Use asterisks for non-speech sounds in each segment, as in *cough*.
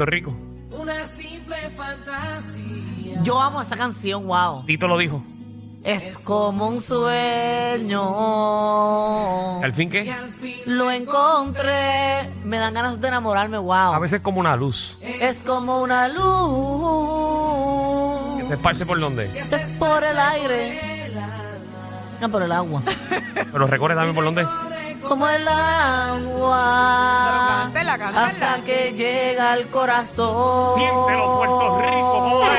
Rico. Una simple fantasía. Yo amo esa canción, wow. Tito lo dijo. Es como un sueño. ¿Al fin Y qué? al fin Lo encontré. Me dan ganas de enamorarme, A wow. veces como una luz. Es como una Que se luz. esparce por donde. Es por el aire. No, por *laughs* el agua. Pero recorre también por donde. Como el agua. Pero cántela, cántela. Ah, Hasta que llega al corazón. Siéntelo, Puerto Rico, boy.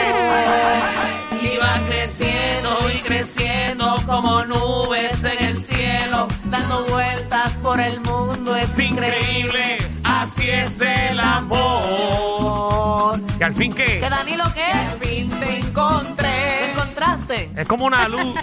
Iba creciendo y creciendo como nubes en el cielo, dando vueltas por el mundo, es increíble. así es el amor. ¿Y al fin qué? ¿Qué Danilo qué? Al fin te ¿Te encontré. encontraste? Es como una luz.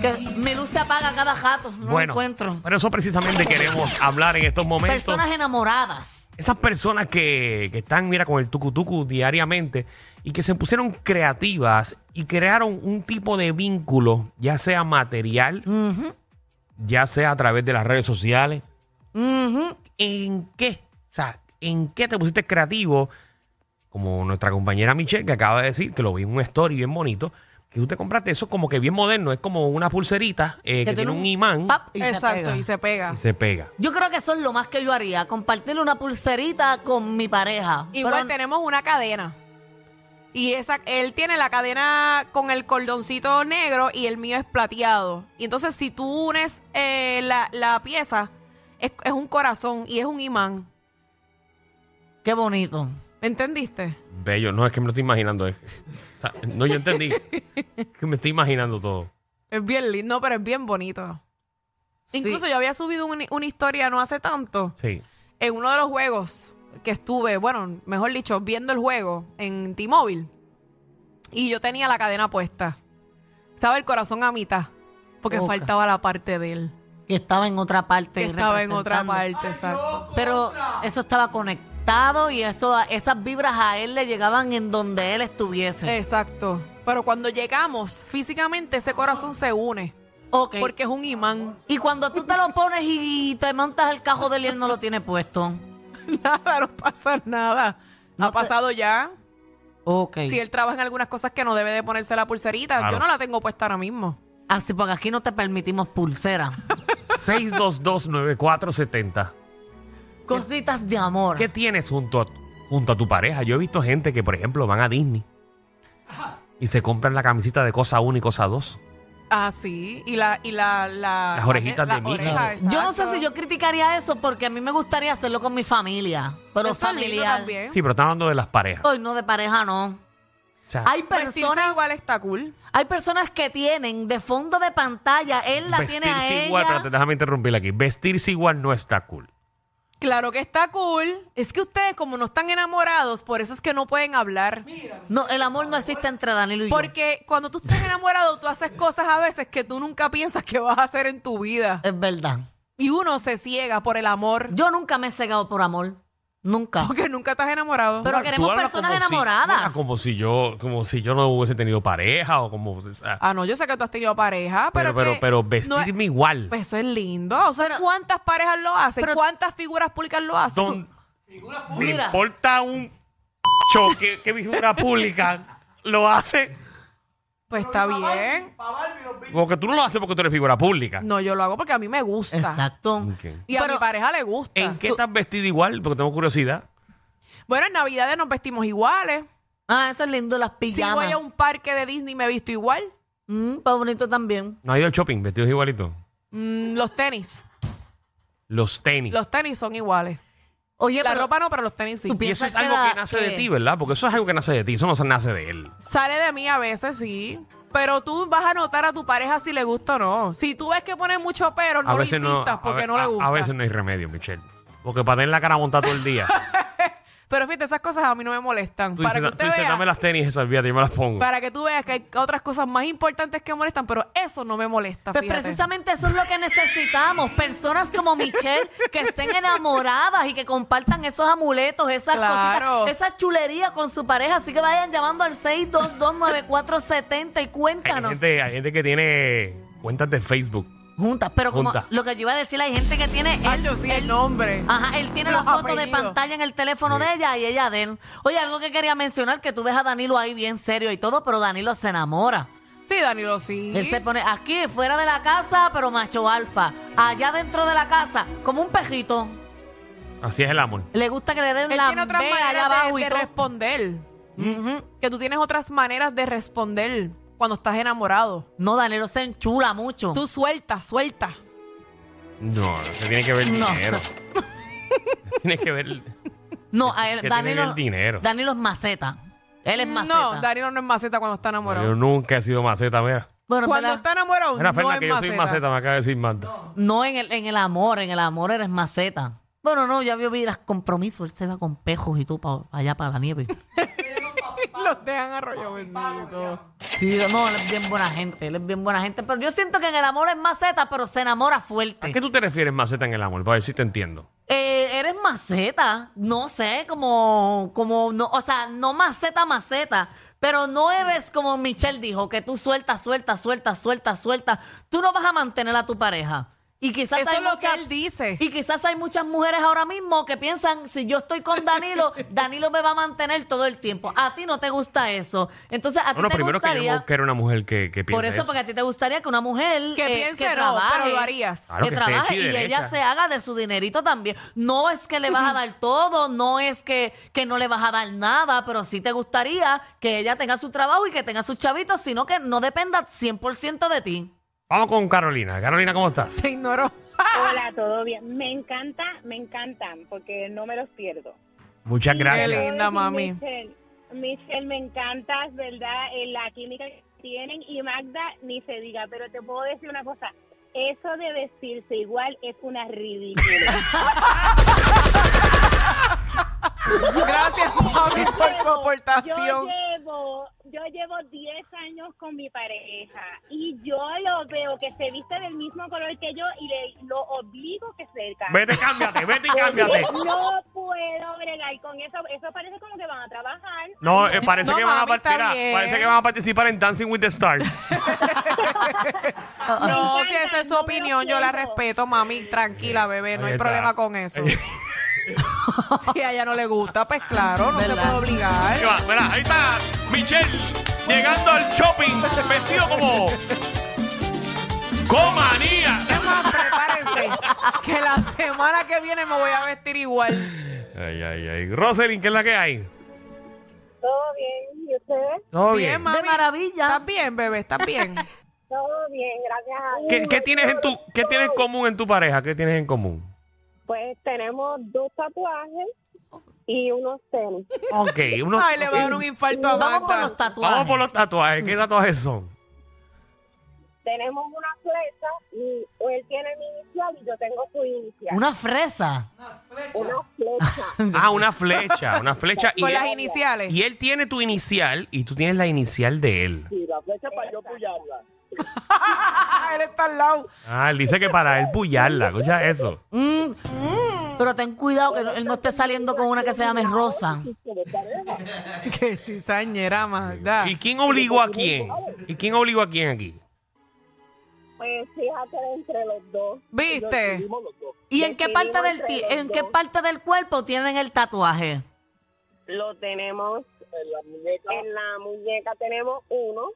Que mi luz se apaga cada rato, *laughs* no la bueno, encuentro. pero eso precisamente queremos hablar en estos momentos. Personas enamoradas. Esas personas que, que están, mira, con el tucutucu diariamente y que se pusieron creativas y crearon un tipo de vínculo, ya sea material, Ujú, ya sea a través de las redes sociales. ujú. ¿En qué? O sea, ¿en qué te pusiste creativo? Como nuestra compañera Michelle, que acaba de decir, que lo vi en un story bien bonito, que tú te compraste eso como que bien moderno, es como una pulserita eh, que, tiene un, imán pap, y se Exacto, pega. y se pega. y se pega. Yo creo que eso es lo más que yo haría, compartir una pulserita con mi pareja. Igual Pero- tenemos una cadena. Y esa, él tiene la cadena con el cordoncito negro y el mío es plateado. Y entonces si tú unes eh, la, la pieza, es, es un corazón y es un imán. Qué bonito. ¿Me entendiste? Bello, no es que me lo estoy imaginando. es que- o sea, no, yo entendí. Es que me estoy imaginando todo. Es bien lindo, pero es bien bonito. Sí. Incluso yo había subido un- una historia no hace tanto Sí. en uno de los juegos que estuve, bueno, mejor dicho, viendo el juego en T-Mobile. Y yo tenía la cadena puesta. Estaba el corazón a mitad. Porque Oca. faltaba la parte de él. que estaba en otra parte. Que estaba en otra representando. parte, exacto. Pero eso estaba conectado y eso, esas vibras a él le llegaban en donde él Eh, estuviese. Exacto. Pero cuando llegamos, físicamente ese corazón se une. ok. Porque es un imán. *laughs* y cuando tú te lo pones y te montas el cajo de él, él no lo tiene puesto. Nada, no pasa nada. No ha te- pasado ya. Ok. Si él trabaja en algunas cosas que no debe de ponerse la pulserita, Claro. yo no la tengo puesta ahora mismo. Así porque aquí no te *laughs* permitimos pulsera. 6229470. Cositas de amor. ¿Qué tienes junto a, junto a tu pareja? Yo he visto gente que, por ejemplo, van a Disney y se compran la camiseta de cosa 1 y cosa 2. Ah, sí. Y la, y la, la- Las orejitas la- de la Mickey. oreja, yo no sé exacto. si yo criticaría eso porque a mí me gustaría hacerlo con mi familia. Pero Eso es lindo familiar. también. Sí, pero estamos hablando de las parejas. O Hoy no de pareja, no. sea, Hay Vestirse personas Pues igual está cool. Hay personas que tienen de fondo de pantalla, él la tiene a vestirse ella. igual, pero déjame interrumpir aquí. Vestirse igual no está cool. Claro que está cool. Es que ustedes, como no están enamorados, por eso es que no pueden hablar. No, el amor no existe entre Danilo y yo. Porque cuando tú estás enamorado, tú haces cosas a veces que tú nunca piensas que vas a hacer en tu vida. Es verdad. Y uno se ciega por el amor Yo nunca me he cegado por amor. Nunca. porque nunca estás enamorado. Pero Tú queremos hablas personas como si- enamoradas. hablas como si yo, como si yo no hubiese tenido pareja o como. o sea, ah, no, yo sé que tú has tenido pareja, pero, pero. pero, que pero no es- vestirme igual. Pues eso es lindo. O sea, Pero- ¿Cuántas parejas lo hacen? pero- ¿Cuántas figuras públicas lo hacen? Don- me pues, Mira. importa un choque que mi figura pública lo hace. Pues está bien. Porque tú no lo haces porque tú eres figura pública. No, yo lo hago porque a mí me gusta. Exacto. Ok. Y a Pero- mi pareja le gusta. ¿En qué estás vestido igual? Porque tengo curiosidad. Bueno, en Navidades nos vestimos iguales. Ah, eso es lindo, las Si pijamas. voy a un parque de Disney me visto igual. Mm, está bonito también. No ha ido al shopping, vestidos igualitos. Mm, los tenis. Los tenis. Los tenis son iguales. Oye, La pero ropa no, pero los tenis sí. tú Y piensas eso es algo la- que nace de ti, ¿verdad? Porque eso es algo que nace de ti, eso no se nace de él. Sale de mí a veces, sí. Pero tú vas a notar a tu pareja si le gusta o no. Si tú ves que pone mucho pero, no a lo veces no, insistas a porque ve- no le a- gusta. A, veces no hay remedio, Michelle. Porque para tener la cara montada todo el *laughs* día. Pero fíjate, esas cosas a mí no me molestan. Tú para, dices, "Da- que tú usted dices, vea, dame las tenis esas, olvídate, yo me las pongo. para que tú veas que hay otras cosas más importantes que molestan, pero eso no me molesta. Pues fíjate. precisamente eso es lo que necesitamos. Personas como Michelle que estén enamoradas y que compartan esos amuletos, esas Claro. cositas, esa chulería con su pareja. Así que vayan llamando al 6229470 y hay, cuéntanos. gente, hay gente que tiene cuentas de Facebook Juntas, pero como Juntas. lo que yo iba a decir, hay gente que tiene Hacho, él, sí, el él- nombre. Ajá, él tiene Los la foto de apellidos. pantalla en el teléfono de ella y ella de él. Oye, algo que quería mencionar, que tú ves a Danilo ahí bien serio y todo, pero Danilo se enamora. Sí, Danilo, sí. Él se pone aquí, fuera de la casa, pero macho alfa. Allá dentro de la casa, como un pejito. Así es el amor. Le gusta que le den Él la tiene otras allá maneras abajo de, y de todo. responder. Ujú. Que tú tienes otras maneras de responder cuando estás enamorado. No, Danilo se enchula mucho. Tú suelta, suelta. No, no se tiene que ver No. *laughs* dinero. tiene que ver. no, a él, que tiene Danilo, el dinero. Danilo es maceta. Él es maceta. Mm, No, Danilo no es maceta cuando está enamorado. Yo nunca he sido maceta, mira. bueno, en Cuando verdad, está enamorado, Mira, no Fernan, es que yo maceta. soy maceta, me acaba de decir Manta. no en el, en el amor, en el amor eres maceta. Bueno, no, ya yo vi las compromisos. Él se va con pejos y tú pa- allá para la nieve. *laughs* Los dejan arroyo bendito. Sí, no, él es bien buena gente, él es bien buena gente. Pero yo siento que en el amor es maceta, pero se enamora ¿A fuerte. qué tú te refieres maceta en el amor? Para ver si te entiendo. Eh, eres maceta, no sé, como, como, no, o sea, no maceta, maceta, pero no eres como Michelle dijo, que tú sueltas, sueltas, sueltas, sueltas, sueltas. Tú no vas a mantener a tu pareja. Y quizás Eso hay es lo que muchas- él dice. Y quizás hay muchas mujeres ahora mismo que piensan, si yo estoy con Danilo, *laughs* Danilo me va a mantener todo el tiempo. A ti no te gusta eso. Entonces, a ti Bueno, te primero que yo gustaría... no quiero una mujer que, que piense por eso, porque a ti te gustaría que una mujer Que eh, piense no, trabaje, pero lo harías. *laughs* Claro, que, que esté hecha trabaje y y ella derecha. se haga de su dinerito también. No es que le vas a dar todo, no es que, que no le vas a dar nada, pero sí te gustaría que ella tenga su trabajo y que tenga sus chavitos, sino que no dependa 100% de ti. Vamos con Carolina. Carolina, ¿cómo estás? Te ignoró. Hola, todo bien. Me encanta, me encantan porque no me los pierdo. Muchas Y gracias. puedo linda, decir, mami. Michelle, Michelle, me encantas, ¿verdad? Eh, La química que tienen y Magda, ni se diga, pero te puedo decir una cosa. Eso de vestirse igual es una *laughs* ridícula. Gracias, mami, por tu Yo aportación. llevo, yo llevo 10 años con mi pareja y yo lo veo que se viste del mismo color que yo y le, lo obligo que se cambie. Vete, cámbiate, vete y cámbiate. *laughs* No puedo bregar con eso. Eso parece como que van a trabajar. No, eh, parece No, que van a mami, está participar. bien. Parece que van a participar en Dancing with the Stars. Me No, encanta, si esa es su no me lo opinión, yo la pierdo. respeto, mami. Tranquila, bebé, no Ahí hay está. problema con eso. *laughs* Si a ella no le gusta, pues claro, no se ¿Verdad? puede obligar. Ahí va, mira, ahí está Michelle llegando al shopping vestido como comanía. Es más, prepárense, que la semana que viene me voy a vestir igual. Ay, ay, ay. Roselyn, ¿qué es la que hay? Todo bien, ¿y ustedes? Todo Bien, mami. De maravilla. ¿Estás bien, bebé? ¿Estás bien? Todo bien, gracias a Dios. ¿Qué, qué tienes en tu, qué tienes en común en tu pareja? ¿Qué tienes en común? Pues tenemos dos tatuajes y unos tenis. Ok, unos, Ay, le va a dar un eh, infarto a Vamos por los Magda. tatuajes. vamos por los tatuajes. ¿Qué tatuajes son? Tenemos una flecha y él tiene mi inicial y yo tengo su inicial. Una fresa. Una *laughs* flecha. Ah, una flecha, una flecha. Y Con las él, iniciales. y él tiene tu inicial y tú tienes la inicial de él. Sí, la flecha para yo pullarla. Ah, él está al lado. Ah, él dice que para él pullarla, escucha eso. Mm. Pero ten cuidado que no- él no esté saliendo con una que se llame Rosa. Qué cizañera, Magda. ¿Y quién obligó a quién? ¿Y quién obligó a quién aquí? Pues fíjate entre los dos. ¿Viste? Nos dividimos los dos. ¿Y en qué parte Decidimos del entre ti- los en qué dos. parte del cuerpo tienen el tatuaje? Lo tenemos en la muñeca. En la muñeca tenemos uno.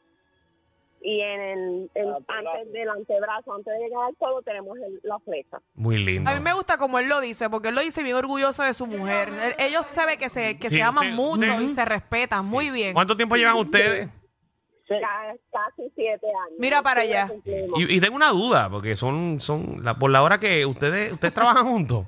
Y en el, el- antes del antebrazo, antes de llegar al codo, tenemos el- la flecha. Muy lindo. A mí me gusta como él lo dice, porque él lo dice bien orgulloso de su mujer. Él- Ellos se ve que se, que Sí, se aman sí, mucho sí. y se respetan muy bien. ¿Cuánto tiempo llevan ustedes? Ca- Casi siete años. Mira para allá. Cumplimos. Y, y tengo una duda, porque son, son la- por la hora que ustedes, ustedes trabajan juntos.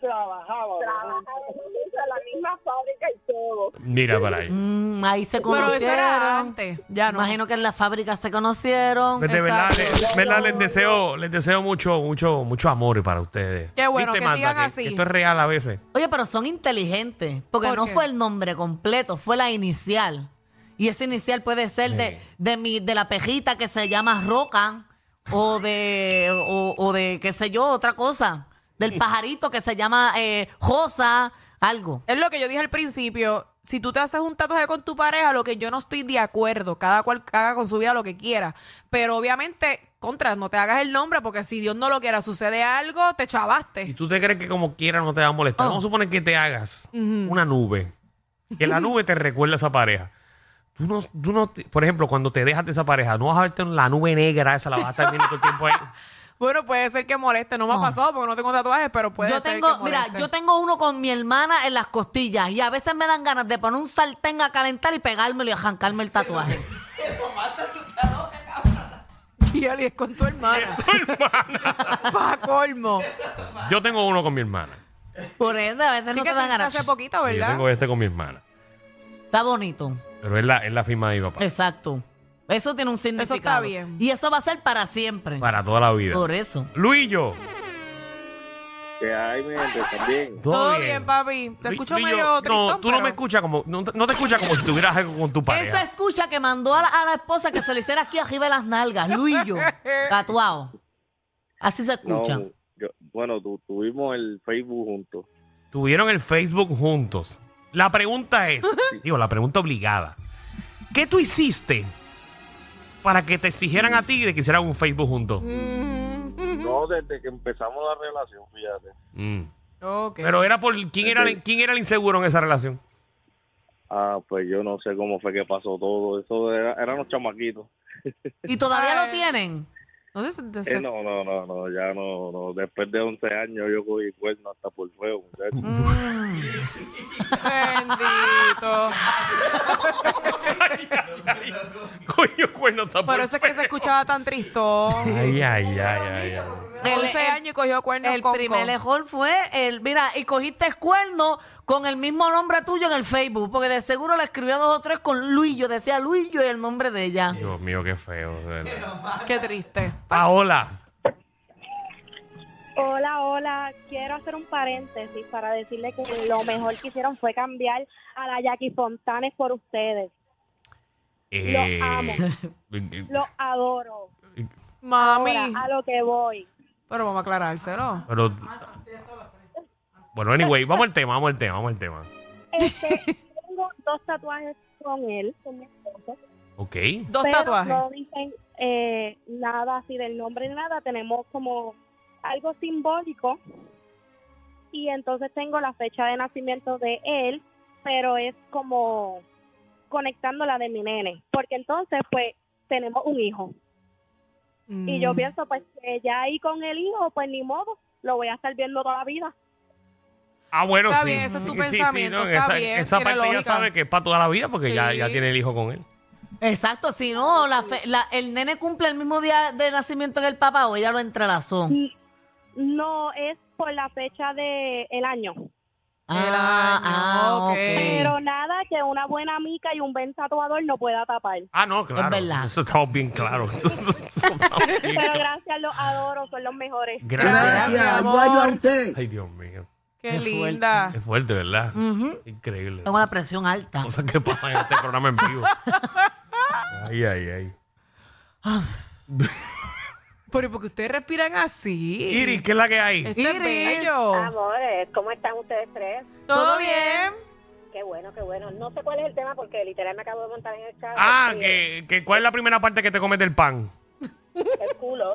Trabajábamos en la misma fábrica y todo. Mira para ahí. Mm, ahí se Pero eso era conocieron. antes, ya Ah, no. Imagino que en la fábrica se conocieron. De verdad, Exacto. les, verdad, les deseo, les deseo mucho, mucho, mucho amor para ustedes. Qué bueno, ¿Viste, que Magda, sigan así. esto es real a veces. Oye, pero son inteligentes, porque ¿Por no qué? fue el nombre completo, fue la inicial. Y esa inicial puede ser de, de, mi, de la pejita que se llama Roca, o de, o, o de, qué sé yo, otra cosa. Del pajarito que se llama eh, Josa, algo. Es lo que yo dije al principio. Si tú te haces un tatuaje con tu pareja, lo que yo no estoy de acuerdo, cada cual haga con su vida lo que quiera. Pero obviamente, contra, no te hagas el nombre porque si Dios no lo quiera, sucede algo, te Y chavaste. tú te crees que como quiera no te va a molestar. Oh. Vamos a suponer que te hagas Ujú. una nube. Que la nube te recuerda a esa pareja. Tú no, tú no te- por ejemplo, cuando te dejas de esa pareja, no vas a verte en la nube negra, esa la vas a estar viendo todo el *laughs* tiempo ahí. Bueno, puede ser que moleste. No me No. ha pasado porque no tengo tatuajes, pero puede yo ser tengo, que este. moleste. mira, yo tengo uno con mi hermana en las costillas y a veces me dan ganas de poner un sartén a calentar y pegármelo y arrancarme el tatuaje. *laughs* Y Ali, es con tu hermana. *laughs* Pa' colmo. Yo tengo uno con mi hermana. Por eso a veces Así no que te dan te ganas. hace poquito, Y Yo ¿verdad? tengo este con mi hermana. Está bonito. Pero es la, es la firma de mi papá. Exacto. Eso tiene un significado. bien. Y eso va a ser para siempre. Para toda la vida. Por eso. Luillo. Que hay, mi gente, también. Todo, Todo bien, papi. Te Lu- escucho Luillo, medio No, tristón, tú no pero- me escuchas como. No, te- no te escuchas como si tuvieras algo con tu pareja. Esa escucha que mandó a la, a la esposa que se le hiciera aquí arriba de las nalgas, *laughs* Luillo, tatuado. Así se No, escucha. yo- bueno, tu- tuvimos el Facebook juntos. Tuvieron el Facebook juntos. La pregunta es, digo, la pregunta obligada. ¿Qué tú hiciste para que te exigieran a ti de que hicieran un Facebook juntos? Mm. No, desde que empezamos la relación, fíjate. Mm. Ok. Pero era por quién era el- quién era el inseguro en esa relación. *laughs* Ah, pues yo no sé cómo fue que pasó todo. Eso era, eran los chamaquitos. ¿Y todavía lo Ay. tienen? No sé si te- Eh, no, no, no, no, ya no, no. Después de 11 años yo cogí cuerno hasta por fuego, muchachos. Mm. Bendito. Coño, cuerno está Por eso es que se escuchaba tan tristón. Ay, ay, ay, ay, ay. El- 11 el- años y cogió cuernos El con primer con. error fue el, mira, y cogiste el cuerno con el mismo nombre tuyo en el Facebook, porque de seguro la escribió dos o tres con Luillo, decía Luillo y el nombre de ella. Dios mío, qué feo. de verdad. Qué triste. Paola. Hola, hola. Quiero hacer un paréntesis para decirle que lo mejor que hicieron fue cambiar a la Jackie Fontanes por ustedes. eh, amo. Lo adoro. Mami. Ahora, a lo que voy. Pero vamos a aclarárselo. Pero, bueno, anyway, vamos al tema, vamos al tema, vamos al tema. Este, *laughs* tengo dos tatuajes con él, con mi esposo, Ok. Dos pero tatuajes. no dicen eh, nada así del nombre ni nada. Tenemos como algo simbólico. Y entonces tengo la fecha de nacimiento de él, pero es como conectando la de mi nene. Porque entonces, pues, tenemos un hijo. Y yo Mm. pienso, pues, que ya ahí con el hijo, pues ni modo, lo voy a estar viendo toda la vida. Ah, bueno, Está sí. bien, ese es tu Sí, sí, pensamiento, en está esa, bien, en esa tiene parte ya lógica. sabe que es para toda la vida porque ya, Sí. ya tiene el hijo con él. Exacto, si no, la fe- la- el nene cumple el mismo día de nacimiento que el papá o ella lo Ah. entrelazó. Mm, No es por la fecha de el año. El Ah, año, ah, ok. ok. Pero nada que una buena amiga y un buen tatuador no pueda tapar. Ah, no, claro. verdad. Eso estamos bien claros. Eso estamos bien Pero claros. gracias, los adoro, son los mejores. Gracias. mi amor. Ay, Dios mío. Qué Qué fuerte. linda. Es fuerte, ¿verdad? Ujú. Increíble. Tengo la presión alta. Cosas que pasan en este programa en vivo. Ay, ay, ay. Pero porque ustedes respiran así. Iris, ¿qué es la que hay? Este es Iris. bello. Amores, ¿cómo están ustedes tres? ¿Todo ¿todo bien? Qué bueno, qué bueno. No sé cuál es el tema porque literal me acabo de montar en el eh, carro. Ah, Sí, que, que ¿cuál es la primera parte que te comes del pan? El culo.